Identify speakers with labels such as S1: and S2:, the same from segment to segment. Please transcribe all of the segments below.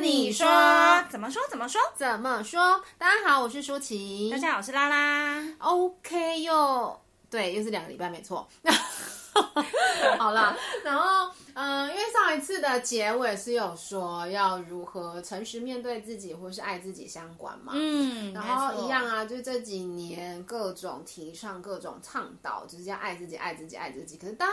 S1: 你说
S2: 怎么说？怎么说？
S1: 怎么说？大家好，我是舒淇。
S2: 大家好，我是拉拉。
S1: OK 又对，又是两个礼拜，没错。 好啦，然后嗯、呃因为上一次的结尾是有说要如何诚实面对自己或是爱自己相关嘛，
S2: 嗯，
S1: 然后一样啊，就这几年各种提倡、各种倡导，就是要爱自己、爱自己、爱自己。可是到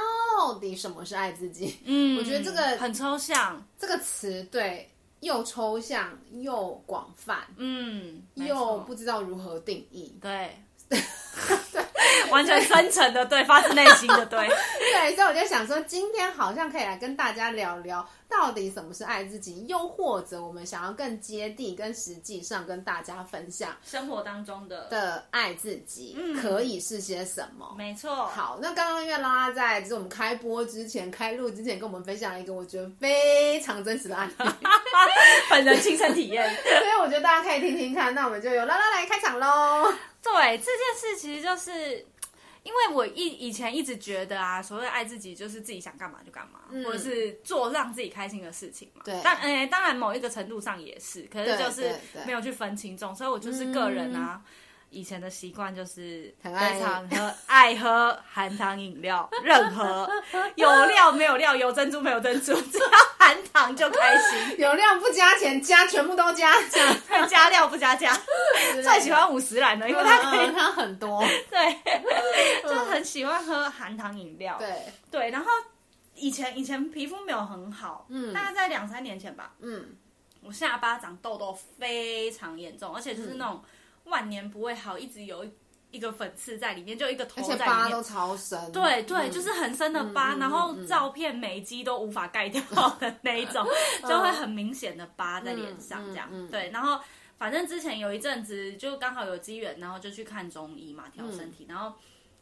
S1: 底什么是爱自己？
S2: 嗯，
S1: 我觉得这个
S2: 很抽象，
S1: 这个词对又抽象又广泛，
S2: 嗯，没
S1: 又
S2: 错
S1: 不知道如何定义。
S2: 对，完全深层的对，发自内心的对，
S1: 对，所以我就想说，今天好像可以来跟大家聊聊，到底什么是爱自己，又或者我们想要更接地、跟实际上跟大家分享
S2: 生活当中的，
S1: 的爱自己、
S2: 嗯
S1: 可以是些什么。
S2: 没错，
S1: 好，那刚刚因为拉拉在就是我们开播之前、开录之前，跟我们分享了一个我觉得非常真实的 案例，
S2: 本人亲身体验。
S1: 所以我觉得大家可以听听看。那我们就由拉拉来开场喽。
S2: 对这件事，其实就是因为我以以前一直觉得啊，所谓爱自己就是自己想干嘛就干嘛，或者是做让自己开心的事情嘛。
S1: 嗯对
S2: 但诶、当然某一个程度上也是，可是
S1: 对
S2: 就是
S1: 对对嗯
S2: 没有去分轻重，所以我就是个人啊。以前的习惯就是
S1: 很爱
S2: 非常喝爱喝含糖饮料，任 何有料没有料，有珍珠没有珍珠，只要含糖就开 心，
S1: 有料不加钱，加全部都加，这样
S2: 加料不加价。最喜欢五十兰的，因为它可以
S1: 嗯嗯它很多，
S2: 对，就很喜欢喝含糖饮料。
S1: 对，
S2: 对，然后以前以前皮肤没有很好，嗯，大概在两三年前吧，
S1: 嗯，
S2: 我下巴长痘痘非常严重，而且
S1: 嗯
S2: 就是那种万年不会好，一直有一一个粉刺在里面，就一个头
S1: 而且
S2: 在
S1: 疤
S2: 里
S1: 都
S2: 面。
S1: 超深，
S2: 对对，
S1: 嗯
S2: 就是很深的疤，
S1: 嗯嗯嗯
S2: 然后
S1: 嗯嗯
S2: 照片每一肌都无法盖掉的那一 种，就会很明显的疤在脸上这样。
S1: 嗯嗯嗯
S2: 对，然后反正之前有一阵子就刚好有机缘，然后就去看中医嘛，调身
S1: 嗯
S2: 体，然后。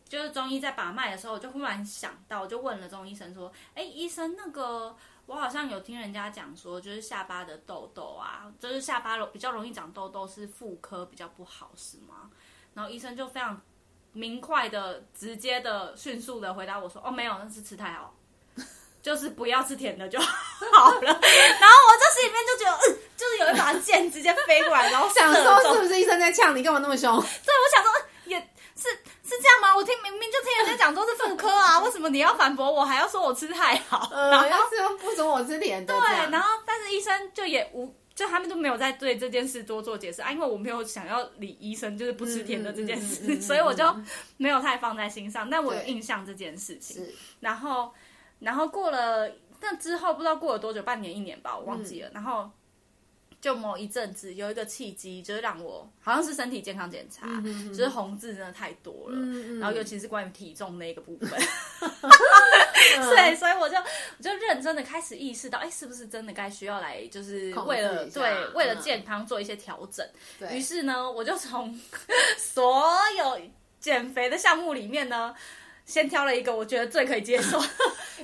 S2: 就是中医在把脉的时候，我就忽然想到，我就问了中医生说：“哎、医生，那个我好像有听人家讲说，就是下巴的痘痘啊，就是下巴容比较容易长痘痘，是妇科比较不好，是吗？”然后医生就非常明快的、直接的、迅速的回答我说：“哦，没有，那是吃太 好，就是不要吃甜的就好了。” 然后我这心里面就觉得，嗯，就是有一把剑直接飞过来，然后
S1: 想
S2: 射
S1: 说
S2: 中
S1: 是不是医生在呛你，干嘛那么凶？
S2: 对，我想说呃也是是这样吗？我听明明就听人家讲说是妇科啊，为什么你要反驳我，还要说我吃太好？
S1: 呃，要是又不准我吃甜的，
S2: 对，然
S1: 后
S2: 后但是医生就也无。就他们都没有再对这件事多做解释啊，因为我没有想要理医生就是不吃甜的这件事，
S1: 嗯嗯嗯嗯嗯
S2: 所以我就没有太放在心上。但我有
S1: 对
S2: 印象这件事情，
S1: 是
S2: 然后，然后过了那之后，不知道过了多久，半年一年吧，我忘记
S1: 嗯
S2: 了。然后就某一阵子有一个契机，就是让我好像是身体健康检查，就是红字真的太多了，
S1: 嗯嗯嗯
S2: 然后尤其是关于体重那一个部分，对，所以我就我就认真的开始意识到，哎，是不是真的该需要来就是
S1: 控制
S2: 为了
S1: 一下
S2: 对为了
S1: 嗯
S2: 健康做一些调整。于
S1: 对，
S2: 是呢，我就从 所有减肥的项目里面呢，先挑了一个我觉得最可以接 受，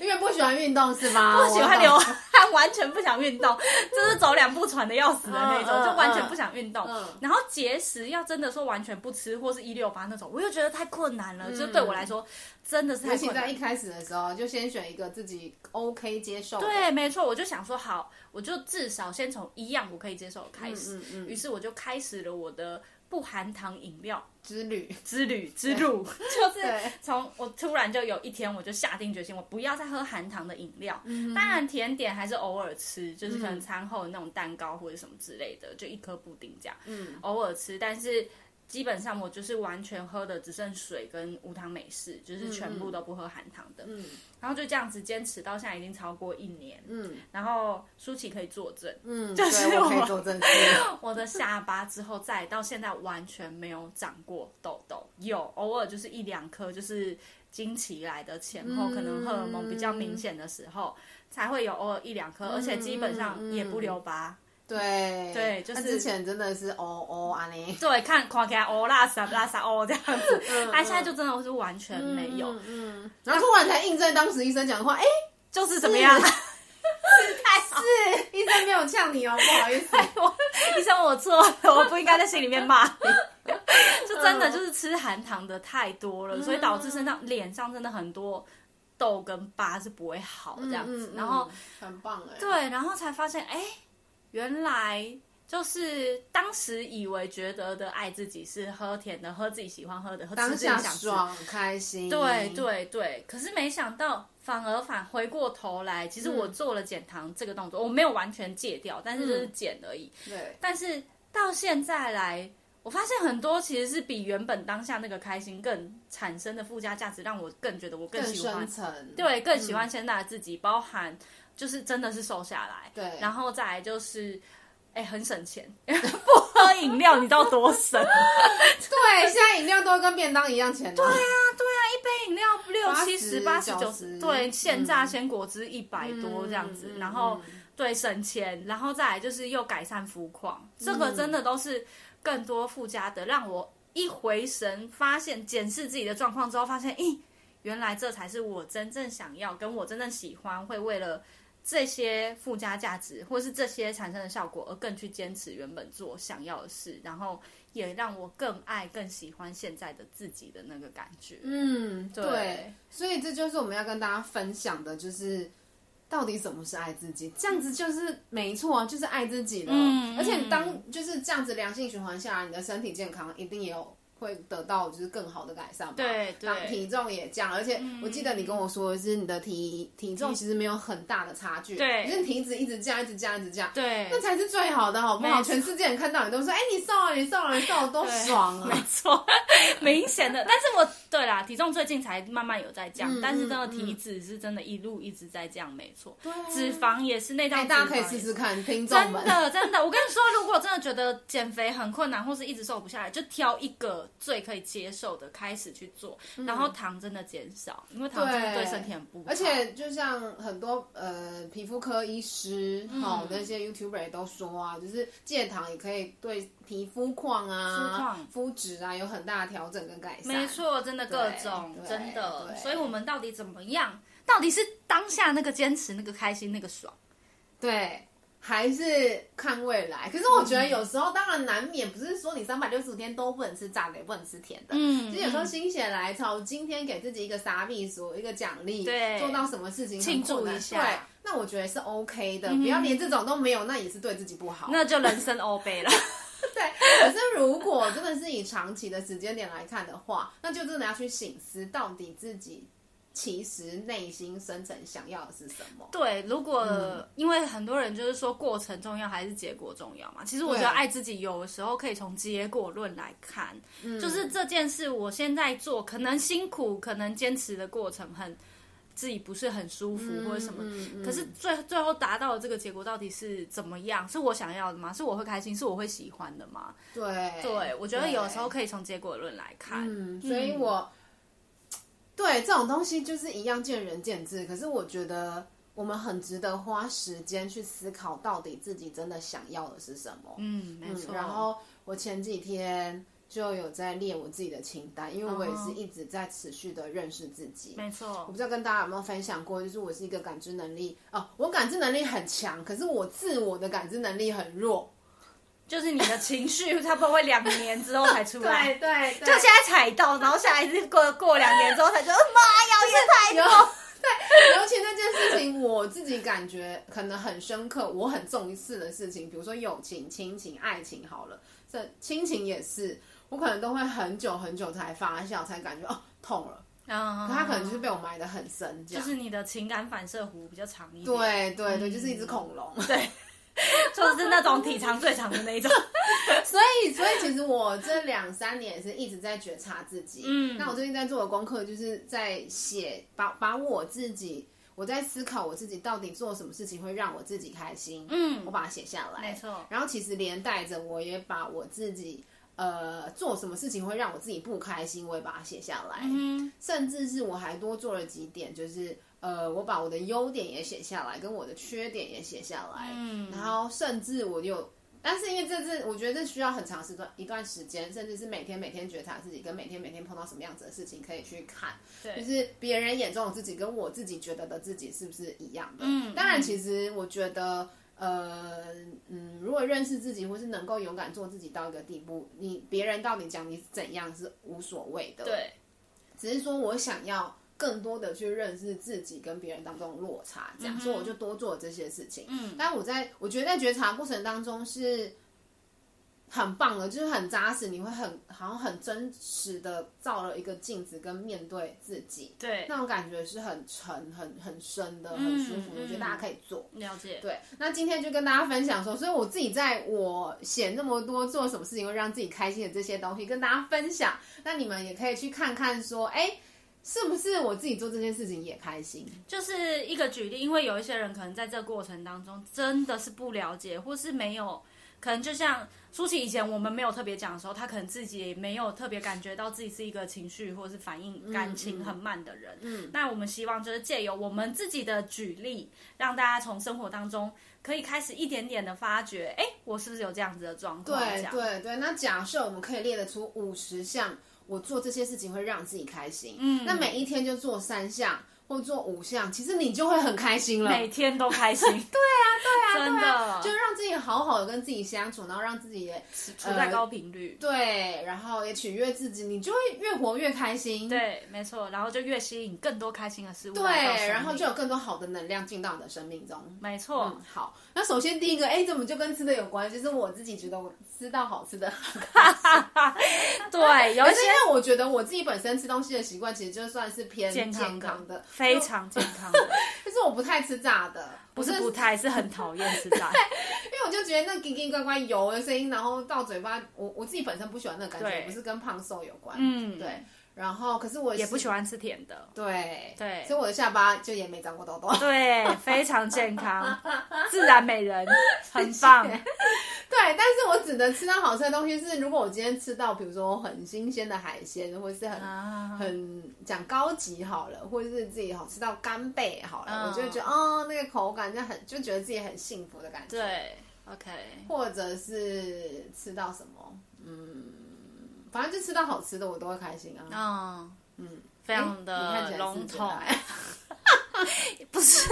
S1: 因为不喜欢运动是吧？
S2: 不喜欢
S1: 我
S2: 流
S1: 懂，
S2: 汗，完全不想运动，就是走两步喘的要死的那
S1: 嗯
S2: 种，
S1: 嗯
S2: 就完全不想运动
S1: 嗯。
S2: 然后节食要真的说完全不吃或是一六八那种，我又觉得太困难了，就对我来说真的是
S1: 嗯尤
S2: 太
S1: 其
S2: 困
S1: 在
S2: 难
S1: 一。开始的时候，就先选一个自己 OK 接受的，
S2: 对，没错，我就想说好，我就至少先从一样我可以接受的开
S1: 嗯
S2: 始。
S1: 嗯嗯
S2: 于是我就开始了我的不含糖饮料
S1: 之旅，
S2: 之旅之路， 就是
S1: 对，
S2: 从我突然就有一天，我就下定决心，我不要再喝含糖的饮料。
S1: 嗯
S2: 当然，甜点还是偶尔吃，就是可能餐后的那种蛋糕或者什么之类的，就一颗布丁这样，
S1: 嗯
S2: 偶尔吃。但是基本上我就是完全喝的只剩水跟无糖美式，就是全部都不喝含糖的。
S1: 嗯
S2: 然后就这样子坚持到现在已经超过一年。
S1: 嗯
S2: 然后舒淇可以作证，
S1: 嗯，
S2: 就是
S1: 对我可
S2: 我
S1: 以做正事，
S2: 我的下巴之后再到现在完全没有长过痘痘，有偶尔就是一两颗，就是经期来的前后，
S1: 嗯
S2: 可能荷尔蒙比较明显的时候才会有偶尔一两颗，
S1: 嗯
S2: 而且基本上也不留疤。
S1: 对
S2: 对就是
S1: 那之前真的是哦哦啊你，
S2: 对，看看起来哦拉撒拉撒哦这样子，
S1: 嗯
S2: 但现在就真的是完全没有，
S1: 嗯嗯，嗯然后突然才印证当时医生讲的话，哎，
S2: 就是怎么样？
S1: 哎是医生没有呛你哦，不好意思，
S2: 医生，我错了，我不应该在心里面骂你。 就真的就是吃含糖的太多
S1: 嗯
S2: 了，所以导致身上脸上真的很多痘跟疤是不会好这样子。
S1: 嗯嗯嗯
S2: 然后
S1: 很棒哎，
S2: 对，然后才发现，哎、原来就是当时以为觉得的爱自己是喝甜的，喝自己喜欢喝的，喝吃
S1: 当
S2: 自己
S1: 下
S2: 想吃的。
S1: 爽开心，
S2: 对，对对，可是没想到，反而返回过头来，其
S1: 嗯
S2: 实我做了减糖这个动作，我没有完全戒掉，但是就是
S1: 嗯
S2: 减而已。
S1: 对，
S2: 但是到现在来，我发现很多其实是比原本当下那个开心更产生的附加价值，让我更觉得我更
S1: 更
S2: 喜欢
S1: 深，层， 嗯
S2: 对，更喜欢现在的自己，包含就是真的是瘦下来，
S1: 对
S2: 然后再来就是。哎、很省钱， 不喝饮料，你知道多省？
S1: 对，现在饮料都跟便当一样钱了，对啊，
S2: 饮料六
S1: 80
S2: 七十、八十、九
S1: 90
S2: 十，对，现榨
S1: 嗯
S2: 鲜果汁一百多这样子，
S1: 嗯
S2: 然后
S1: 嗯
S2: 对省钱，然后再来就是又改善肤况，这个真的都是更多附加的，让我一回神发现检视自己的状况之后，发现，咦，原来这才是我真正想要，跟我真正喜欢，会为了。这些附加价值，或是这些产生的效果，而更去坚持原本做想要的事，然后也让我更爱、更喜欢现在的自己的那个感觉。
S1: 嗯，对
S2: 对，
S1: 所以这就是我们要跟大家分享的，就是到底什么是爱自己，这样子就是没错啊，就是爱自己了。
S2: 嗯
S1: 而且当就是这样子良性循环下来，你的身体健康一定也有会得到就是更好的改善嘛。
S2: 对嗯对
S1: 然后体重也降，而且我记得你跟我说，就是你的体体重其实没有很大的差距，
S2: 对
S1: 就是体脂一直降，一直降，一直降。
S2: 对，
S1: 那才是最好的，好不好？
S2: 没错
S1: 全世界人看到你都说：“哎、你瘦了，你瘦了，你瘦了，多
S2: 对
S1: 爽啊
S2: 没 错，明显的。但是我对啦，体重最近才慢慢有在降，
S1: 嗯
S2: 但是真的
S1: 嗯
S2: 体脂是真的一路一直在降，没错。！”脂
S1: 对啊，
S2: 肪也是内脏、
S1: 哎，
S2: 脂
S1: 大家
S2: 肪
S1: 可以
S2: 也
S1: 试
S2: 是
S1: 试看，听众
S2: 真
S1: 们。
S2: 的真的，我跟你说，如果真的觉得减肥很困难，或是一直瘦不下来，就挑一个最可以接受的开始去做，然后糖真的减少，因为糖真的
S1: 嗯对
S2: 对身体很不好。
S1: 而且就像很多呃皮肤科医师
S2: 嗯
S1: 哦、那些 YouTuber 也都说啊，就是戒糖也可以对皮肤况
S2: 肤
S1: 啊
S2: 况、
S1: 肤质啊有很大的调整跟改善。
S2: 没，错，真的各种
S1: 对，
S2: 真的。
S1: 对
S2: 所以我们到底怎么样？到底是当下那个坚持、那个开心、那个爽？
S1: 对，还是看未来。可是我觉得有时候当然难免，不是说你三百六十五天都不能吃炸的，也不能吃甜的。
S2: 嗯
S1: 就有时候心血来潮，今天给自己一个啥秘书，一个奖励，
S2: 对
S1: 做到什么事情很
S2: 庆祝
S1: 困难
S2: 一下嗯
S1: 对，那我觉得是 OK 的，不要连这种都没有，那也是对自己不好。
S2: 那就人生欧背了。
S1: 对，可是如果真的是以长期的时间点来看的话，那就真的要去醒思，到底自己其实内心深层想要的是什么。
S2: 对，如果、
S1: 嗯
S2: 因为很多人就是说过程重要还是结果重要嘛，其实我觉得
S1: 对
S2: 爱自己有的时候可以从结果论来看，
S1: 嗯
S2: 就是这件事我现在做，可能辛苦，可能坚持的过程很自己不是很舒服或者什么，
S1: 嗯嗯
S2: 可是最最后达到的这个结果到底是怎么样？是我想要的吗？是我会开心？是我会喜欢的吗？
S1: 对，
S2: 对，我觉得有时候
S1: 对
S2: 可以从结果论来看，
S1: 嗯，所以我、对这种东西就是一样见仁见智。可是我觉得我们很值得花时间去思考，到底自己真的想要的是什么。
S2: 嗯，没
S1: 嗯
S2: 错、
S1: 然后我前几天就有在列我自己的清单，因为我也
S2: 哦
S1: 是一直在持续的认识自己。
S2: 没错，
S1: 我不知道跟大家有没有分享过，就是我是一个感知能力哦，我感知能力很强，可是我自我的感知能力很弱。
S2: 就是你的情绪 差不多会两年之后才出来。
S1: 对，对
S2: 就现在踩到，然后下一次过过两年之后才觉得，呃妈呀，也太多。
S1: 尤其那件事情，我自己感觉可能很深刻，我很重视的事情，比如说友情、亲情、爱情，好了，这亲情也是，我可能都会很久很久才发酵，才感觉哦痛了。
S2: 嗯，
S1: 他可能就是被我埋得很深，这
S2: 就
S1: 样。
S2: 是你的嗯情感反射弧比较长一点，，
S1: 对对对，就是一只恐龙。
S2: 就是那种体长最长的那一种。
S1: 所以，所以其实我这两三年也是一直在觉察自己。嗯，那我最近在做的功课就是在写，把把我自己，我在思考我自己到底做什么事情会让我自己开心。
S2: 嗯
S1: 我把它写下来。
S2: 没错
S1: 然后其实连带着我也把我自己。呃，做什么事情会让我自己不开心，我也把它写下来。
S2: 嗯，
S1: 甚至是我还多做了几点，就是呃，我把我的优点也写下来，跟我的缺点也写下来，
S2: 嗯
S1: 然后甚至我有，但是因为这次我觉得这需要很长时段一段时间，甚至是每天每天觉察自己，跟每天每天碰到什么样子的事情可以去看，
S2: 对
S1: 就是别人眼中的自己跟我自己觉得的自己是不是一样的？
S2: 嗯
S1: 当然，
S2: 嗯
S1: 其实我觉得。呃，嗯，如果认识自己，或是能够勇敢做自己到一个地步，你别人到底讲你怎样是无所谓的。
S2: 对，
S1: 只是说我想要更多的去认识自己跟别人当中的落差，这样，
S2: 嗯哼
S1: 所以我就多做这些事情。
S2: 嗯
S1: 但我在我觉得在觉察过程当中是很棒的，就是很扎实，你会很好像很真实的照了一个镜子跟面对自己，
S2: 对，
S1: 那种感觉是很沉、很很深的，很舒服的。
S2: 嗯
S1: 我觉得大家可以做。
S2: 了解，
S1: 对，那今天就跟大家分享说，所以我自己在我写那么多做什么事情会让自己开心的这些东西跟大家分享，那你们也可以去看看说，哎，是不是我自己做这些事情也开心？
S2: 就是一个举例，因为有一些人可能在这过程当中真的是不了解，或是没有，可能就像舒淇以前我们没有特别讲的时候，她可能自己也没有特别感觉到自己是一个情绪或是反应感情很慢的人。嗯，那我们希望就是借由我们自己的举例，让大家从生活当中嗯可以开始一点点的发觉，哎，我是不是有这样子的状况？这
S1: 对
S2: 样
S1: 对对，那假设我们可以列得出五十项，我做这些事情会让自己开心，
S2: 嗯
S1: 那每一天就做三项或做五项，其实你就会很开心了。
S2: 每天都开心。对啊，对啊，真的
S1: 就让自己好好的跟自己相处，然后让自己也
S2: 处在高频率。
S1: 对，然后也取悦自己，你就会越活越开心。
S2: 对，没错，然后就越吸引更多开心的事物来到生
S1: 对，
S2: 命。
S1: 然后就有更多好的能量进到你的生命中。
S2: 没错，
S1: 嗯，好。那首先第一个，哎，怎么就跟吃的有关？就是我自己觉得我吃到好吃的，
S2: 啊对，有
S1: 可
S2: 一
S1: 是
S2: 些
S1: 因为我觉得我自己本身吃东西的习惯，其实就算是偏健
S2: 康
S1: 康的，
S2: 非常健康的，
S1: 但是我不太吃炸的，
S2: 不
S1: 不
S2: 是不太，是很讨厌吃炸。
S1: 因为我就觉得那叽叽呱呱油的声音，然后到嘴巴，我我自己本身不喜欢那个感
S2: 对
S1: 觉，不是跟胖瘦有关，
S2: 嗯
S1: 对。然后，可是我
S2: 也不喜
S1: 欢，
S2: 欢吃甜的。
S1: 对
S2: 对
S1: 所以我的下巴就也没长过 痘痘。
S2: 对，非常健 康，自然美人，很棒。
S1: 对，但是我指的吃到好吃的东西是，如果我今天吃到，比如说很新鲜的海鲜，或是很、
S2: 啊
S1: 很讲高级好了，或者是自己好吃到干贝好了，
S2: 嗯
S1: 我就会觉得哦，那个口感就很就觉得自己很幸福的感觉。，
S2: 对，OK，
S1: 或者是吃到什么，嗯，反正就吃到好吃的，我都会开心啊。
S2: 嗯嗯
S1: 嗯，
S2: 非常
S1: 诶你看起来
S2: 的笼
S1: 是觉
S2: 统
S1: 得。 还
S2: 不是，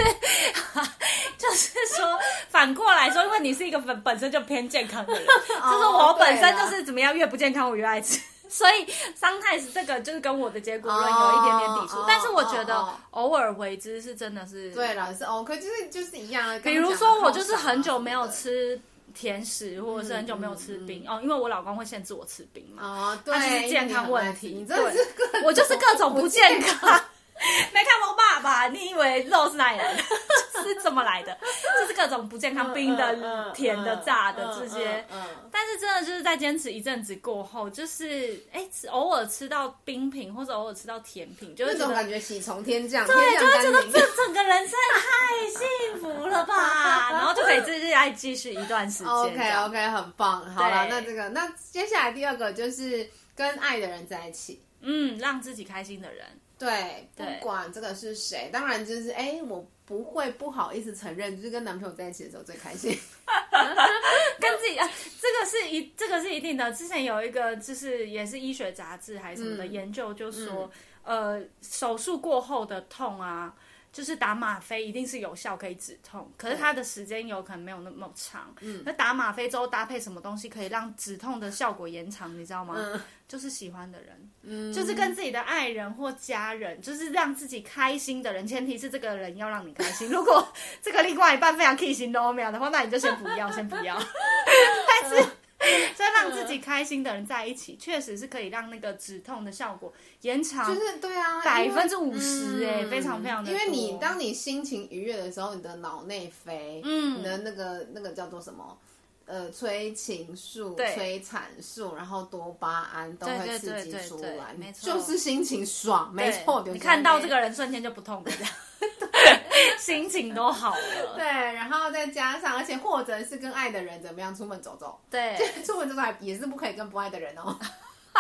S2: 就是说反过来说，因为你是一个本本身就偏健康的人， 就是我本身
S1: 哦
S2: 就是怎么样越不健康我越爱吃，所以伤害是这个就是跟我的结果论有一点点抵触
S1: 哦
S2: 但是我觉得
S1: 哦哦
S2: 偶尔为之是真的是，
S1: 对了，是 OK，就是就是一样啊的。啊
S2: 比
S1: 比
S2: 如说我就是很久没有吃甜食，或者是很久没有吃冰、哦，因为我老公会限制我吃冰嘛，
S1: 哦，对，
S2: 它就是健康问题
S1: 你真的是各
S2: 我就是各种不健康。 没看过爸爸，你以为肉是哪里来 的？是怎么来的？就是各种不健康，
S1: 嗯
S2: 冰
S1: 嗯
S2: 的、
S1: 嗯
S2: 甜的、
S1: 嗯
S2: 炸的这
S1: 嗯
S2: 些。
S1: 嗯嗯
S2: 但是真的就是在坚持一阵子过后，就是哎，吃偶尔吃到冰品或者偶尔吃到甜品，就会
S1: 那
S2: 觉
S1: 种
S2: 得
S1: 感觉喜从天降，
S2: 对，
S1: 天
S2: 就会
S1: 降甘
S2: 觉得
S1: 霖。
S2: 这整个人生太幸福了吧，然后就可以自己来继续一段时间。这
S1: 哦 OK
S2: 样
S1: OK，很棒。好了，
S2: 对
S1: 那这个那接下来第二个就是跟爱的人在一起。
S2: 嗯，让自己开心的人，
S1: 对，不
S2: 对
S1: 管这个是谁，当然就是哎、我不会不好意思承认，就是跟男朋友在一起的时候最开心。
S2: 跟自己啊，这个是一，这个是一定的。之前有一个就是也是医学杂志还是什么的
S1: 嗯
S2: 研究，就说、呃，手术过后的痛啊，就是打吗啡一定是有效可以止痛，可是它的时间有可能没有那么长。嗯，那打吗啡之后搭配什么东西可以让止痛的效果延长？你知道吗？就是喜欢的人，嗯，就是跟自己的爱人或家人，就是让自己开心的人，前提是这个人要让你开心。如果这个另外一半非常 k i s s 的话，那你就先不要，先不要。 但是，所以让自己开心的人在一起，确实是可以让那个止痛的效果延长
S1: 就是对啊，
S2: 哦百
S1: 因为
S2: 分之五十，哎、
S1: 嗯
S2: 非常非常的
S1: 因
S2: 多。
S1: 为你当你心情愉悦的时候，你的脑内啡，
S2: 嗯
S1: 你的那个那个叫做什么？呃，催情素、
S2: 对
S1: 催产素，然后多巴胺都
S2: 对对
S1: 会刺
S2: 对
S1: 激
S2: 对
S1: 出
S2: 对
S1: 来，
S2: 没错
S1: 就是心情爽，没
S2: 对
S1: 错。
S2: 你看到这
S1: 个。
S2: 个人瞬间就不痛了， 这样 心情都好了。
S1: 对，然后再加上，而且或者是跟爱的人怎么样出门走走，
S2: 对，
S1: 出门走走还也是不可以跟不爱的人哦。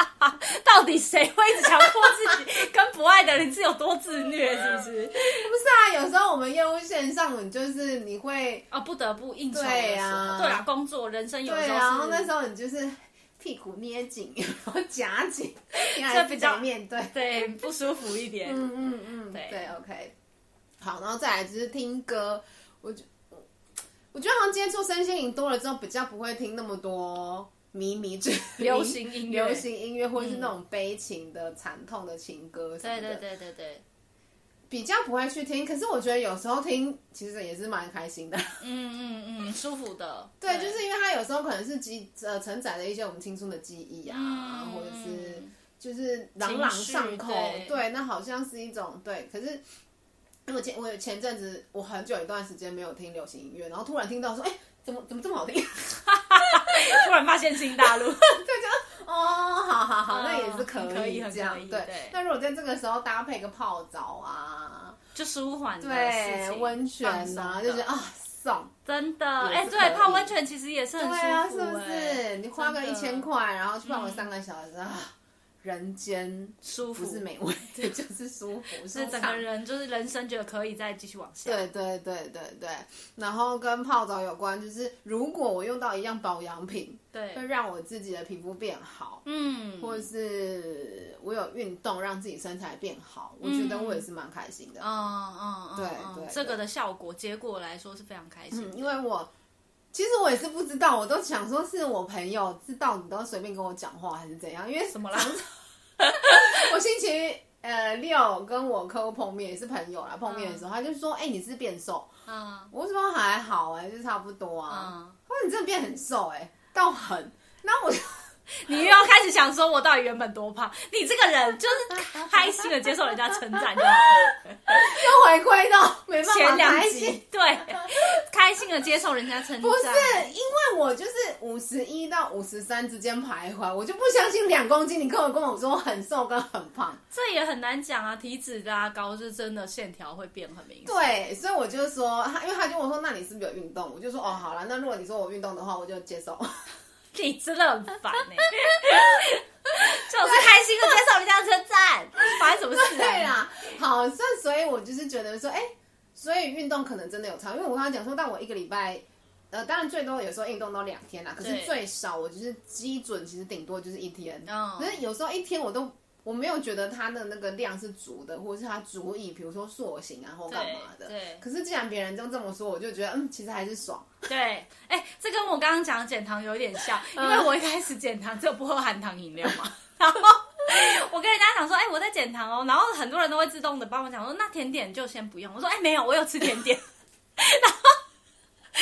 S2: 到底谁会一直强迫自己跟不爱的人是有多自 虐？是不是？
S1: 不是啊，有时候我们业务线上，你就是你会
S2: 啊，不得不应酬的
S1: 对
S2: 时
S1: 啊
S2: 候，对啦，工作人生有
S1: 对，啊
S2: 时
S1: 然后
S2: 候
S1: 那时
S2: 是。
S1: 候你就是屁股捏紧， 然后夹紧，你还
S2: 这
S1: 是
S2: 比较
S1: 得面对。
S2: 对，不舒服一 点。
S1: 嗯嗯嗯，
S2: 对
S1: 对，OK。好，然后再来就是听歌，我觉我我觉得好像接触身心灵多了之后，比较不会听那么多迷迷 之
S2: 流行音乐嗯
S1: 流行音乐或是那种悲情的、惨痛的情歌什么
S2: 对
S1: 的。
S2: 对对对对，
S1: 比较不会去听，可是我觉得有时候听其实也是蛮开心的。
S2: 嗯嗯嗯，舒服的。
S1: 对，就是因为它有时候可能是记呃承载了一些我们青春的记忆啊，
S2: 嗯
S1: 或者是就是朗朗上口
S2: 情绪，对
S1: 对，那好像是一种对。可是我前我前阵子我很久一段时间没有听流行音乐，然后突然听到说，哎、怎么怎么这么好听？
S2: 突然发现新大陆。
S1: 哦，好好好，
S2: 嗯
S1: 那也是可
S2: 很可以很
S1: 这样
S2: 可以
S1: 对
S2: 对。
S1: 那如果在这个时候搭配个泡澡啊，
S2: 就 舒缓的事
S1: 对，
S2: 情
S1: 温泉
S2: 放松
S1: 啊，
S2: 的
S1: 就是啊，爽。
S2: 真的，哎、
S1: 也是可以
S2: 对，泡温泉其实也是很舒服、
S1: 对
S2: 哎，
S1: 啊，是不是？你花个
S2: 真
S1: 一
S2: 的嗯
S1: 千块，然后去泡个三个小时啊，人间
S2: 舒服？
S1: 不是美味，对，就是舒服，
S2: 是
S1: 是
S2: 整个。人就是人生觉得可以再继续往下。
S1: 对对对对对，然后跟泡澡有关，就是如果我用到一样保养品，
S2: 对，
S1: 会让我自己的皮肤变好，
S2: 嗯，
S1: 或者是我有运动让自己身材变好，我觉得我也是蛮开心的。
S2: 嗯嗯嗯，
S1: 对
S2: 嗯
S1: 对
S2: 这个的效果结果来说是非常开心
S1: 嗯，因为我其实我也是不知道，我都想说是我朋友知道你都随便跟我讲话还是怎样，因为
S2: 什么啦？
S1: 我星期呃六跟我客户碰面也是朋友啦，碰面的时候他就说，哎、你是不是变瘦？
S2: 嗯
S1: 我说还好哎、就差不多啊。
S2: 嗯，
S1: 他说你真的变很瘦哎、到很。那我就
S2: 你又要开始想说我到底原本多胖？你这个人就是开心的接受人家称赞就好 了。
S1: 又回归到没办
S2: 前
S1: 法
S2: 两
S1: 开心
S2: 集，对，开心的接受人家称赞，
S1: 不是因为我就是五十一到五十三之间徘徊，我就不相信两公斤。你跟我跟我说很瘦跟很胖，
S2: 这也很难讲啊。体脂拉高是真的线条会变很明显。
S1: 对，所以我就说，他因为他就问我说，那你是不是有运动？我就说，哦，好了，那如果你说我运动的话，我就接受。
S2: 你真的很烦哎、 就是开心的接受人家的称赞，发生什么 事、
S1: 对
S2: 啊？
S1: 啦，好，所以所以我就是觉得说，哎、所以运动可能真的有差，因为我刚刚讲说，但我一个礼拜，呃，当然最多有时候运动到两天啦，可是
S2: 对
S1: 最少我就是基准，其实顶多就是一天。
S2: 嗯
S1: 可是有时候一天我都我没有觉得它的那个量是足的，或者是它足以，比如说塑形啊或干嘛的。
S2: 对对
S1: 可是既然别人都这么说，我就觉得嗯，其实还是爽。
S2: 对，哎、这跟我刚刚讲的减糖有一点像，因
S1: 嗯
S2: 为我一开始减糖就不喝含糖饮料嘛，然后。我跟人家讲说，哎、我在减糖哦，然后很多人都会自动的帮我讲说，那甜点就先不用。我说，哎、没有，我有吃甜点。 然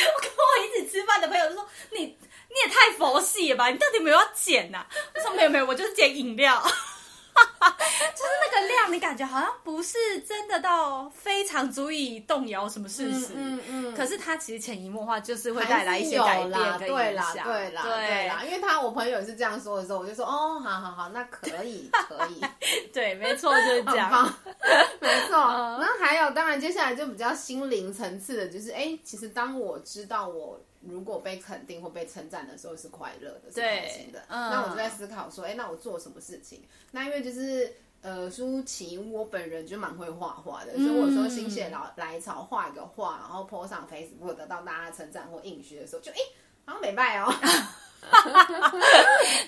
S2: 后我跟我一起吃饭的朋友就说，你你也太佛系了吧，你到底有没有要减呐、我说没有没有，我就是减饮料， 就是那个量，你感觉好像不是真的到非常足以动摇什么事实。
S1: 嗯
S2: 可是它其实潜移默化就是会带来一些改变
S1: 啦，
S2: 跟
S1: 对
S2: 影
S1: 啦，
S2: 响，
S1: 对啦，对啦，因为他我朋友也是这样说的时候，我就说哦，好好好，那可以，可以，
S2: 对，没错，就是 这
S1: 很
S2: 样
S1: 棒。，没错。然后还有，当然接下来就比较心灵层次的，就是哎、其实当我知道我如果被肯定或被称赞的时候是快乐的，是
S2: 对
S1: 开心的。
S2: 嗯
S1: 那我就在思考说，哎、那我做什么事情？那因为就是。呃，舒淇，我本人就蛮会画画的，所以我有时候心血来来潮画一个画，然后 po 上 Facebook 得到大家称赞或应许的时候，就哎、好像美拜哦，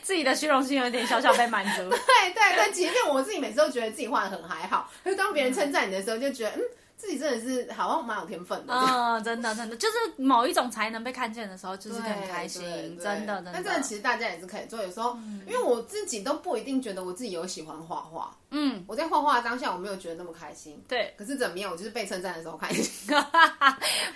S2: 自己的虚荣心有点小小被满 足。
S1: 对对对，即便我自己每次都觉得自己画的很还好，可是当
S2: 嗯
S1: 别人称赞你的时候，就觉得嗯，自己真的是好像蛮有天分的。这样
S2: 嗯，真的真的，就是某一种才能被看见的时候，就是
S1: 对
S2: 很开心
S1: 对，对
S2: 真的真的。
S1: 那真的，其实大家也是可以做。有时候，因为我自己都不一定觉得我自己有喜欢画画。
S2: 嗯，
S1: 我在画画的当下，我没有觉得那么开心。
S2: 对，
S1: 可是怎么样，我就是被称赞的时候开心，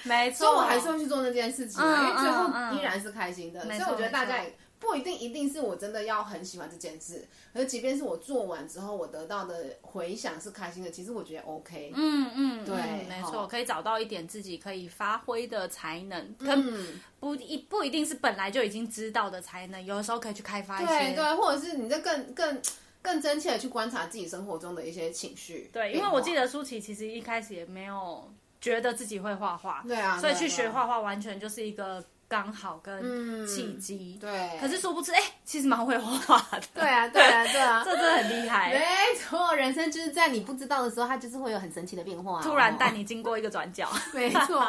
S2: 没错，
S1: 所以 我还是会去做那件事情啊，
S2: 嗯
S1: 因为最
S2: 嗯
S1: 后
S2: 嗯
S1: 依然是开心的。所
S2: 没
S1: 以
S2: 错
S1: 我觉得大家
S2: 没错
S1: 也不一定一定是我真的要很喜欢这件事，可是即便是我做完之后，我得到的回响是开心的，其实我觉得 OK。
S2: 嗯嗯，对没
S1: 好
S2: 错，可以找到一点自己可以发挥的才能，跟
S1: 嗯，
S2: 不一不一定是本来就已经知道的才能，有的时候可以去开发一
S1: 对
S2: 些。
S1: 对，或者是你在更更更真切的去观察自己生活中的一些情绪变化。
S2: 对，因为我记得舒淇其实一开始也没有觉得自己会画画，
S1: 对啊，
S2: 所以
S1: 对啊
S2: 去
S1: 对
S2: 学
S1: 啊
S2: 画画完全就是一个刚好跟
S1: 嗯
S2: 契机。
S1: 对，
S2: 可是殊不知，哎、其实蛮会画画的。
S1: 对啊，对啊，对啊，
S2: 这真的很厉害。
S1: 没错，人生就是在你不知道的时候，它就是会有很神奇的变化、啊
S2: 突然带，你经过一个转角，
S1: 没 错。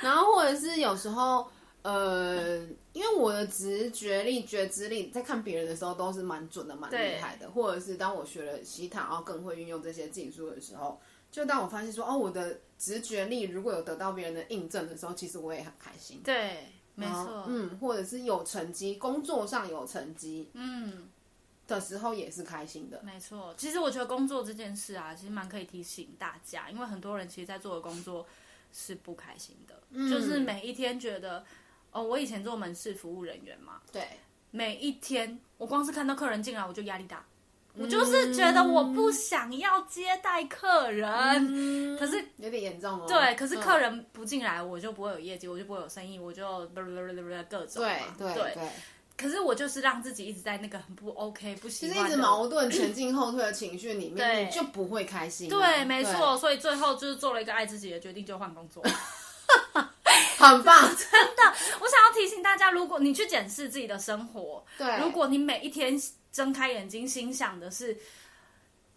S1: 然后或者是有时候，呃，因为我的直觉力、觉知力，在看别人的时候都是蛮准的、蛮厉害的。或者是当我学了西塔，然后更会运用这些技术的时候，就当我发现说，哦，我的直觉力如果有得到别人的印证的时候，其实我也很开心。嗯
S2: 对，没
S1: 然后
S2: 错，
S1: 嗯，或者是有成绩，工作上有成绩，
S2: 嗯，
S1: 的时候也是开心的。
S2: 没错，其实我觉得工作这件事啊，其实蛮可以提醒大家，因为很多人其实，在做的工作是不开心的，
S1: 嗯
S2: 就是每一天觉得，哦，我以前做门市服务人员嘛，
S1: 对，
S2: 每一天我光是看到客人进来，我就压力大，我就是觉得我不想要接待客人，可是
S1: 嗯有点严重哦。
S2: 对，可是客
S1: 人、
S2: 人不进来，我就不会有业绩，我就不会有生意，我就各种
S1: 对
S2: 嘛
S1: 对
S2: 对。
S1: 对，
S2: 可是我就是让自己一直在那个很不 OK、不喜
S1: 就是
S2: 欢
S1: 一
S2: 的
S1: 直矛盾、前进后退的情绪里面，
S2: 对
S1: 你就不会开心了。
S2: 对，没错，所以最后就是做了一个爱自己的决定，就换工作。
S1: 对，很棒。
S2: 我想要提醒大家，如果你去检视自己的生活，
S1: 对，
S2: 如果你每一天睁开眼睛心想的是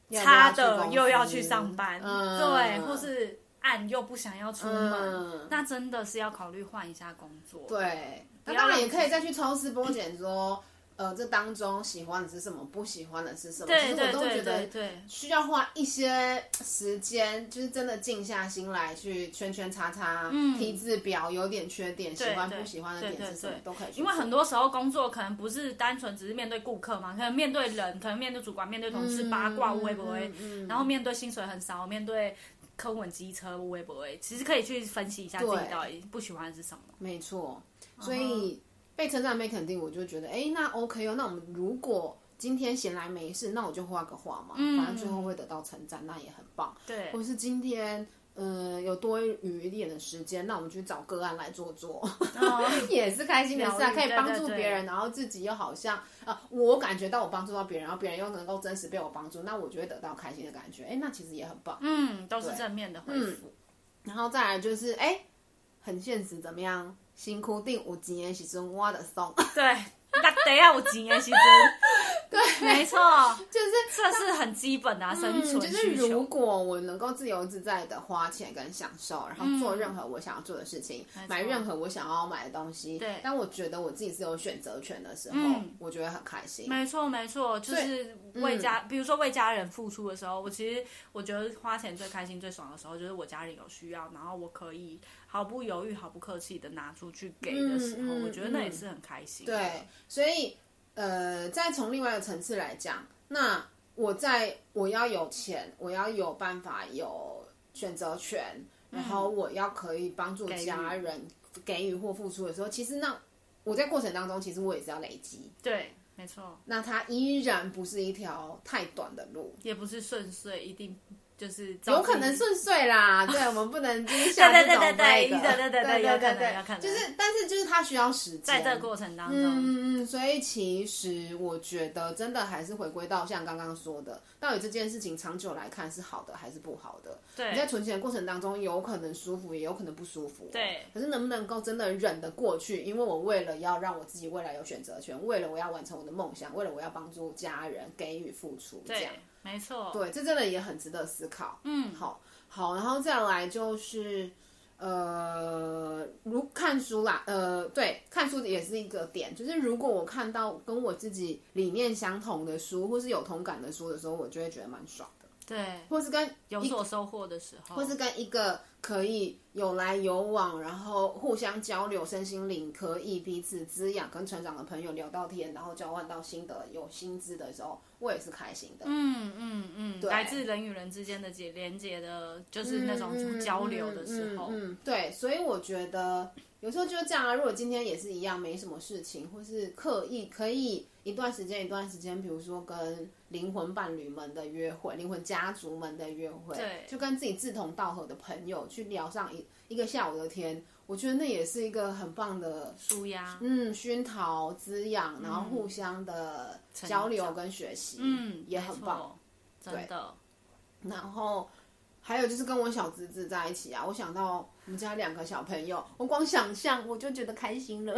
S1: 要不
S2: 他
S1: 要去
S2: 的
S1: 公司
S2: 又要去上班，
S1: 嗯
S2: 对，或是暗又不想要出门，
S1: 嗯
S2: 那真的是要考虑换一下工作。
S1: 对，那
S2: 要
S1: 当然
S2: 让
S1: 也
S2: 自
S1: 可以再去抽丝剥茧，说，呃，这当中喜欢的是什么，不喜欢的是什么。
S2: 对
S1: 其实我
S2: 对
S1: 都
S2: 对
S1: 觉
S2: 对
S1: 得
S2: 对，
S1: 需要花一些时间，就是真的静下心来去圈圈叉叉、
S2: 嗯
S1: 批字表，有点缺点，喜欢
S2: 对
S1: 不喜欢的
S2: 对
S1: 点是
S2: 对
S1: 什么
S2: 对
S1: 都可以去做。
S2: 因为很多时候工作可能不是单纯只是面对顾客嘛，可能面对人，可能面对主管、面对同事、八卦、微博、
S1: 嗯嗯嗯
S2: 然后面对薪水很少，面对科文机车、微博，哎其实可以去分析一下自己
S1: 对
S2: 到底不喜欢的 是什么。
S1: 没错，
S2: 嗯
S1: 所以被称赞、被肯定，我就觉得，哎、那 OK 哦。那我们如果今天闲来没事，那我就画个画嘛，
S2: 嗯
S1: 反正最后会得到称赞，那也很棒。
S2: 对
S1: 或是今天。嗯，有多余一点的时间，那我们去找个案来做做， 也是开心的事啊，
S2: 哦疗愈
S1: 可以帮助
S2: 对对对
S1: 别人，然后自己又好像呃，我感觉到我帮助到别人，然后别人又能够真实被我帮助，那我就会得到开心的感觉，哎、那其实也很棒。
S2: 嗯，都是正面的回
S1: 嗯
S2: 复。
S1: 然后再来就是，哎、很现实，怎么样？辛苦定五级的时阵，我的送，
S2: 对，那等一下我急的 其实，对，没错，
S1: 就是
S2: 这是很基本的、啊、生
S1: 嗯，
S2: 存
S1: 就是
S2: 需求。
S1: 如果我能够自由自在的花钱跟享受，然后做任何我想要做的事情，
S2: 没错
S1: 买任何我想要买的东西，
S2: 对
S1: 当我觉得我自己是有选择权的时候，
S2: 嗯
S1: 我觉得很开心。
S2: 没错，没错，就是
S1: 嗯
S2: 为家，比如说为家人付出的时候，我其实我觉得花钱最开心、最爽的时候，就是我家人有需要，然后我可以毫不犹豫、毫不客气的拿出去给的时候，
S1: 嗯嗯
S2: 我觉得那也
S1: 嗯
S2: 是很开心。
S1: 对，，所以呃，再从另外一个层次来讲，那我在我要有钱，我要有办法有选择权，然后我要可以帮助家人给予或付出的时候，其实那我在过程当中，其实我也是要累积。
S2: 对，没错，
S1: 那它依然不是一条太短的路，
S2: 也不是顺遂，一定就是
S1: 有可能顺遂啦。对，我们不能就是下
S2: 对
S1: 这
S2: 对
S1: 种那个，
S2: 对对对对对
S1: 对
S2: 对有可能有
S1: 对
S2: 可能
S1: 就是但是就是它需要时间，
S2: 在这个过程当中，
S1: 嗯嗯嗯，所以其实我觉得真的还是回归到像刚刚说的，到底这件事情长久来看是好的还是不好的？
S2: 对
S1: 你在存钱的过程当中，有可能舒服，也有可能不舒服。哦
S2: 对
S1: 可是能不能够真的忍得过去？因为我为了要让我自己未来有选择权，为了我要完成我的梦想，为了我要帮助家人给予付出，这
S2: 对
S1: 样，
S2: 没错，
S1: 对，这真的也很值得思考。
S2: 嗯，
S1: 好，好，然后再来就是，呃，如看书啦，呃，对，看书也是一个点，就是如果我看到跟我自己理念相同的书，或是有同感的书的时候，我就会觉得蛮爽的，
S2: 对，
S1: 或是跟
S2: 有所收获的时候，
S1: 或是跟一个可以有来有往，然后互相交流身心灵，可以彼此滋养跟成长的朋友聊到天，然后交换到心得、有薪资的时候，我也是开心的。
S2: 嗯嗯嗯，来自人与人之间的结连接的，就是那种交流的时候，
S1: 嗯嗯嗯嗯嗯对，所以我觉得有时候就是这样啊。如果今天也是一样，没什么事情，或是刻意可以一段时间一段时间，比如说跟灵魂伴侣们的约会、灵魂家族们的约会，
S2: 对
S1: 就跟自己志同道合的朋友去聊上一一个下午的天，我觉得那也是一个很棒的。
S2: 舒压，
S1: 嗯，熏陶、滋养，然后互相的交流
S2: 嗯长
S1: 跟学习，
S2: 嗯，
S1: 也
S2: 没
S1: 很
S2: 错
S1: 棒。，
S2: 真的，
S1: 然后还有就是跟我小侄子在一起啊，我想到我们家两个小朋友，我光想象我就觉得开心了。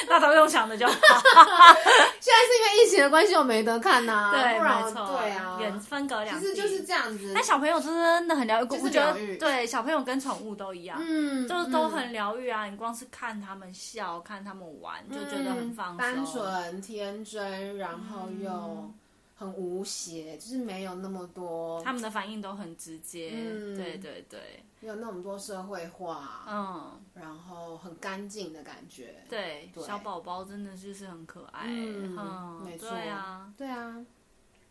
S1: 现在
S2: 那都用想的就好，
S1: 是因为疫情的关系，我没得看呐、
S2: 对，
S1: 不然
S2: 没错，
S1: 对啊，
S2: 远分隔两
S1: 其
S2: 地，
S1: 实就是这样子
S2: 但。小朋友真的很疗愈，
S1: 就是
S2: 我觉得
S1: 疗愈
S2: 对小朋友跟宠物都一样，
S1: 嗯，
S2: 就是都很疗愈啊！你光是看他们笑，
S1: 嗯
S2: 看他们玩，就觉得很放松。
S1: 单纯天真，然后又。很无邪，就是没有那么多，
S2: 他们的反应都很直接，
S1: 嗯
S2: 对对对，
S1: 没有那么多社会化，
S2: 嗯，
S1: 然后很干净的感觉。
S2: 对，
S1: 对
S2: 小宝宝真的就是很可爱，
S1: 嗯没错
S2: 对啊，
S1: 对啊，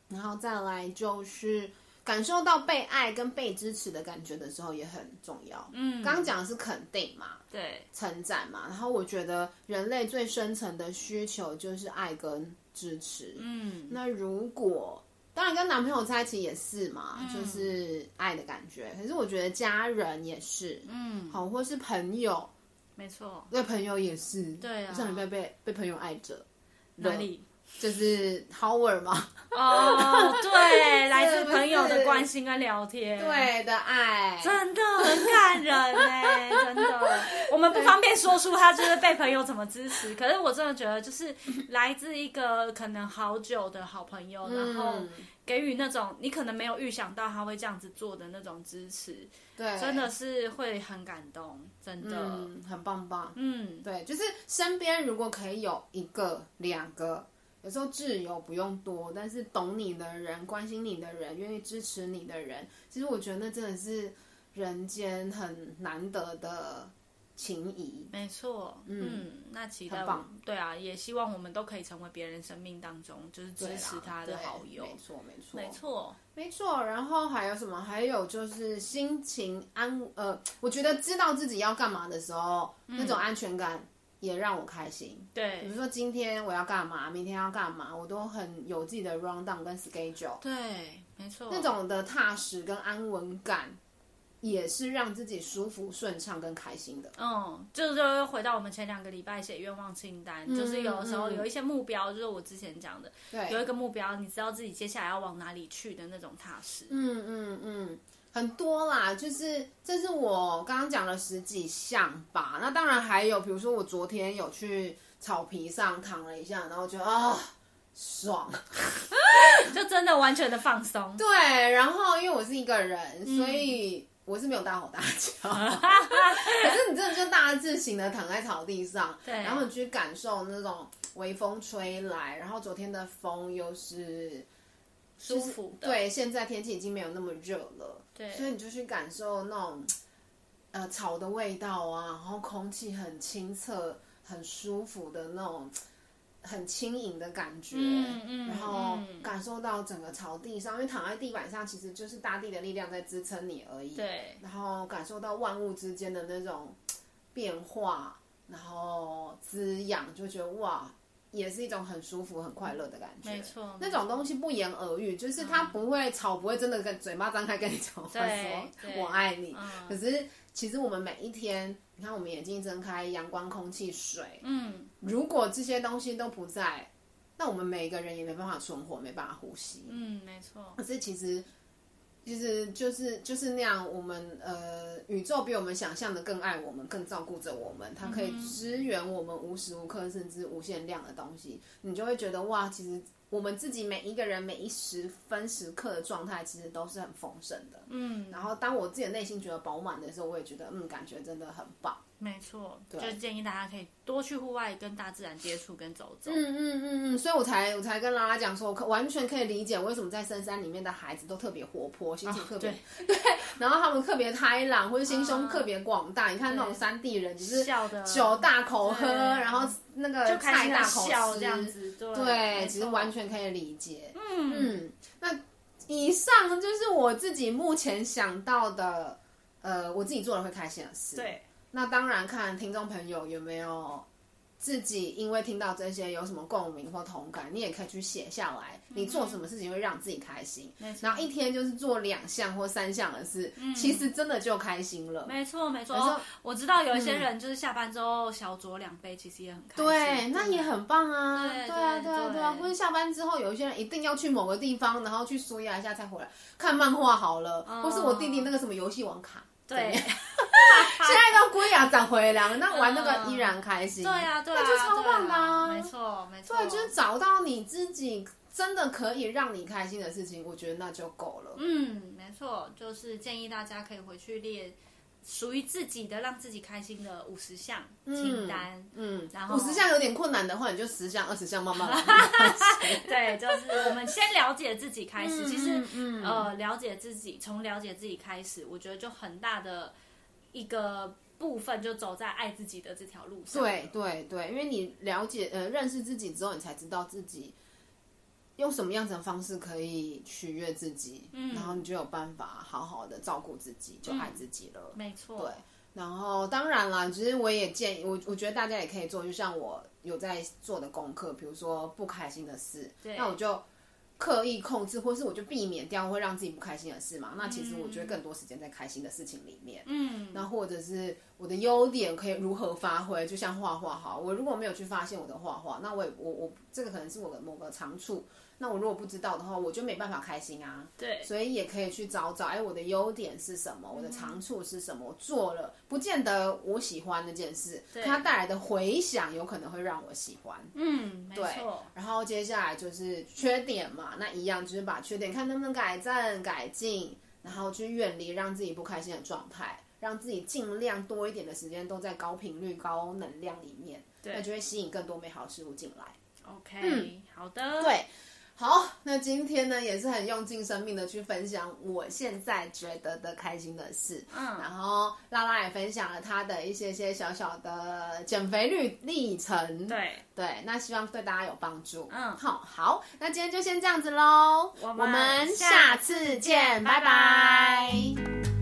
S1: 然后再来就是感受到被爱跟被支持的感觉的时候也很重要。
S2: 嗯，
S1: 刚刚讲的是肯定嘛，
S2: 对，
S1: 称赞嘛，然后我觉得人类最深层的需求就是爱跟支持。
S2: 嗯，
S1: 那如果当然跟男朋友在一起也是嘛，
S2: 嗯
S1: 就是爱的感觉。可是我觉得家人也是，
S2: 嗯，
S1: 好，或是朋友，
S2: 没错，
S1: 对朋友也是，
S2: 对啊
S1: 我上礼拜被被朋友爱着，
S2: 哪里？
S1: 就是 Howard 嘛，
S2: 哦，对，来
S1: 是
S2: 自
S1: 不
S2: 朋友
S1: 是
S2: 的关心跟聊天，，
S1: 对的爱，
S2: 真的很感人哎、真的。我们不方便说出他就是被朋友怎么支持，可是我真的觉得就是来自一个可能好久的好朋友，然后
S1: 嗯
S2: 给予那种你可能没有预想到他会这样子做的那种支持，
S1: 对，
S2: 真的是会很感动，真的。
S1: 嗯，很棒棒。
S2: 嗯
S1: 对，就是身边如果可以有一个、两个，有时候挚友不用多，但是懂你的人、关心你的人、愿意支持你的人，其实我觉得那真的是人间很难得的情谊。
S2: 没错，嗯，那期待
S1: 很
S2: 我
S1: 棒，
S2: 对啊，也希望我们都可以成为别人生命当中就是支持他的
S1: 对
S2: 好友，
S1: 没错，没错，
S2: 没错，
S1: 没错，然后还有什么？还有就是心情安，呃，我觉得知道自己要干嘛的时候，那种安全感也让我开心。
S2: 嗯对
S1: 比如说今天我要干嘛，明天要干嘛，我都很有自己的 round down 跟 schedule，
S2: 对，没错，
S1: 那种的踏实跟安稳感，也是让自己舒服、顺畅跟开心的。
S2: 嗯，这就又回到我们前两个礼拜写愿望清单，就是有的时候
S1: 嗯嗯
S2: 有一些目标，就是我之前讲的，
S1: 对，
S2: 有一个目标，你知道自己接下来要往哪里去的那种踏实。
S1: 嗯嗯嗯，很多啦，就是这是我刚刚讲了十几项吧。那当然还有，比如说我昨天有去草皮上躺了一下，然后觉得啊、爽。
S2: 就真的完全的放松。
S1: 对，然后因为我是一个人，所以我是没有大吼大叫，可是你真的就大字型的躺在草地上，
S2: 对
S1: 然后你去感受那种微风吹来，然后昨天的风又是
S2: 舒服的
S1: 对，现在天气已经没有那么热了，对所以你就去感受那种呃草的味道啊，然后空气很清澈、很舒服的那种。很轻盈的感觉，
S2: 嗯嗯
S1: 然后
S2: 嗯
S1: 感受到整个草地上，因为躺在地板上其实就是大地的力量在支撑你而已。
S2: 对
S1: 然后感受到万物之间的那种嘖变化，然后滋养，就觉得哇，也是一种很舒服、很快乐的感觉。
S2: 没错嗯
S1: 那种东西不言而喻，就是它不会吵，不会真的跟嘴巴张开跟你讲话
S2: 对
S1: 说“
S2: 对
S1: 我爱你”
S2: 嗯
S1: 可是其实我们每一天，你看我们眼睛睁开，阳光、空气、水，
S2: 嗯
S1: 如果这些东西都不在，那我们每一个人也没办法存活，没办法呼吸。
S2: 嗯，没错
S1: 可，是其实，其实就是就是那样，我们呃，宇宙比我们想象的更爱我们，更照顾着我们，它可
S2: 嗯
S1: 以支援我们无时无刻甚至无限量的东西，你就会觉得哇，其实我们自己每一个人每一时分时刻的状态，其实都是很丰盛的。
S2: 嗯，
S1: 然后当我自己的内心觉得饱满的时候，我也觉得嗯，感觉真的很棒。
S2: 没错，就是建议大家可以多去户外跟大自然接触跟走走。
S1: 嗯嗯嗯嗯，所以我才我才跟拉拉讲说，我可完全可以理解为什么在深山里面的孩子都特别活泼，心
S2: 啊
S1: 情特别、 对然后他们特别开朗，或者心胸特别广大。你看那种山地人，就是
S2: 啊笑的
S1: 酒大口喝，
S2: 对
S1: 然后那个
S2: 就开
S1: 菜
S2: 心
S1: 大
S2: 的
S1: 口
S2: 笑
S1: 吃
S2: 这样子，对
S1: 对，
S2: 没
S1: 其实
S2: 错
S1: 完全可以理解。
S2: 嗯
S1: 嗯，那以上就是我自己目前想到的，呃，我自己做了会开心的事。
S2: 对，
S1: 那当然看听众朋友有没有自己因为听到这些有什么共鸣或同感，你也可以去写下来，你做什么事情会让自己开心。
S2: 没错嗯
S1: 然后一天就是做两项或三项的事，其实真的就开心了。
S2: 没错没错。
S1: 有时候
S2: 哦我知道有一些人就是下班之后小酌两杯，其实也很开
S1: 嗯
S2: 心。
S1: 对，哎那也很棒啊！
S2: 对
S1: 对啊，
S2: 对
S1: 对啊，
S2: 对
S1: 对啊！或者下班之后，有一些人一定要去某个地方，然后去舒压一下才回来，看漫画好了，或是我弟弟那个什么游戏王卡，
S2: 嗯对
S1: 怎么样 现在要归亚长回来了，那玩那个依然开心。
S2: 嗯对啊对啊，
S1: 那就超棒
S2: 对
S1: 的啊
S2: 啊没错没错，
S1: 对，就是找到你自己真的可以让你开
S2: 嗯
S1: 心的事情，我觉得那就够了。
S2: 嗯，没错，就是建议大家可以回去列属于自己的，让自己开心的五十项清单。嗯，然后
S1: 五十项有点困难的话，你就十项、二十项慢慢来。
S2: 对，就是我们先了解自己开始。
S1: 嗯
S2: 其实
S1: 嗯，嗯
S2: 呃，了解自己，从了解自己开始，我觉得就很大的一个部分就走在爱自己的这条路上。
S1: 对，对对，因为你了解呃认识自己之后，你才知道自己用什么样子的方式可以取悦自己，嗯然后你就有办法好好的照顾自己，就爱自己了。
S2: 没错。对。
S1: 然后当然啦，其实我也建议我，我觉得大家也可以做，就像我有在做的功课，比如说不开心的事，那我就刻意控制，或是我就避免掉会让自己不开心的事嘛。那其实我觉得更多时间在开心的事情里面，
S2: 嗯，
S1: 那或者是我的优点可以如何发挥，就像画画好，我如果没有去发现我的画画，那我也我我这个可能是我的某个长处，那我如果不知道的话，我就没办法开心啊。
S2: 对，
S1: 所以也可以去找找，哎，我的优点是什么？我的长处是什么？我做了，不见得我喜欢那件事，可它带来的回响有可能会让我喜欢。
S2: 嗯，没
S1: 对
S2: 错。，
S1: 然后接下来就是缺点嘛，那一样就是把缺点看能不能改正、改进，然后去远离让自己不开心的状态，让自己尽量多一点的时间都在高频率、高能量里面，那就会吸引更多美好事物进来。
S2: OK，、好的。
S1: 嗯对，好，那今天呢也是很用尽生命的去分享我现在觉得的开心的事，
S2: 嗯
S1: 然后拉拉也分享了她的一些些小小的减肥历历程，
S2: 对
S1: 对，那希望对大家有帮助，
S2: 嗯
S1: 好，好，那今天就先这样子喽，
S2: 我
S1: 我
S2: 们
S1: 们
S2: 下
S1: 下次见，
S2: 拜
S1: 拜
S2: 拜
S1: 拜